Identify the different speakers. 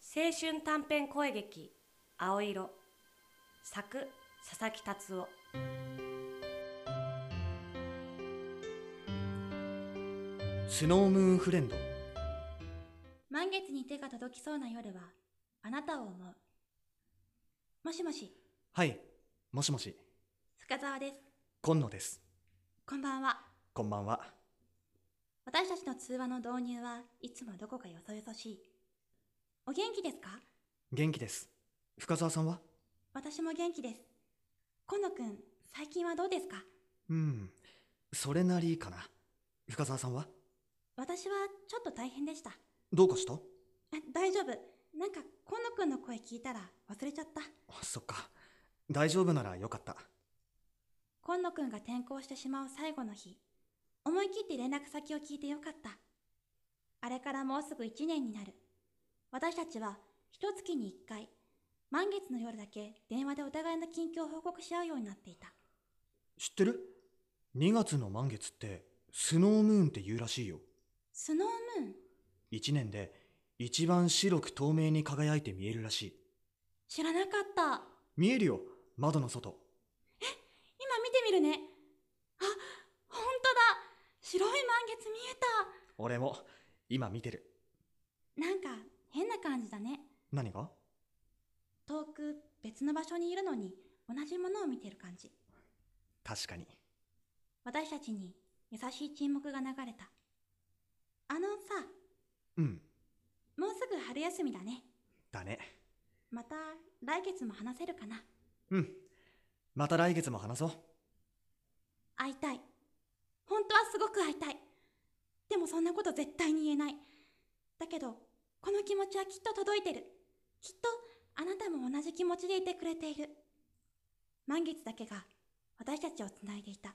Speaker 1: 青春短編声劇「青色」作佐々木達夫
Speaker 2: スノームーンフレンド
Speaker 3: 満月に手が届きそうな夜は、あなたを思う。もしもし、
Speaker 2: はいもしもし
Speaker 3: 深澤です。
Speaker 2: 今野です
Speaker 3: こんばんは。
Speaker 2: こんばんは
Speaker 3: 私たちの通話の導入はいつもどこかよそよそしい。お元気ですか
Speaker 2: 元気です深澤さんは
Speaker 3: 私も元気です。今野くん、最近はどうですか
Speaker 2: うんそれなりかな深澤さんは
Speaker 3: 私はちょっと大変でした。あ
Speaker 2: どうかした
Speaker 3: 大丈夫。なんか、今野くんの声聞いたら忘れちゃった。
Speaker 2: あそっか大丈夫ならよかった
Speaker 3: 今野くんが転校してしまう最後の日、思い切って連絡先を聞いてよかった。あれからもうすぐ1年になる。私たちは、一月に1回、満月の夜だけ電話でお互いの近況を報告し合うようになっていた。
Speaker 2: 知ってる2月の満月ってスノームーンって言うらしいよ
Speaker 3: スノームーン
Speaker 2: 1年で一番白く透明に輝いて見えるらしい
Speaker 3: 知らなかった。今
Speaker 2: 見えるよ窓の外
Speaker 3: 見てみるね。あ、ほんとだ白い満月見え
Speaker 2: 俺も今見てる
Speaker 3: たなんか、変な感じだね。
Speaker 2: 何が
Speaker 3: 遠く、別の場所にいるのに、同じものを見てる感じ。
Speaker 2: 確かに
Speaker 3: 私たちに優しい沈黙が流れた。あのさ、
Speaker 2: うん
Speaker 3: もうすぐ春休みだね。
Speaker 2: だね
Speaker 3: また来月も話せるかな。
Speaker 2: うんまた来月も話そう
Speaker 3: 会いたい。本当はすごく会いたい。でもそんなこと絶対に言えない。だけど、この気持ちはきっと届いてる。きっとあなたも同じ気持ちでいてくれている。満月だけが私たちをつないでいた。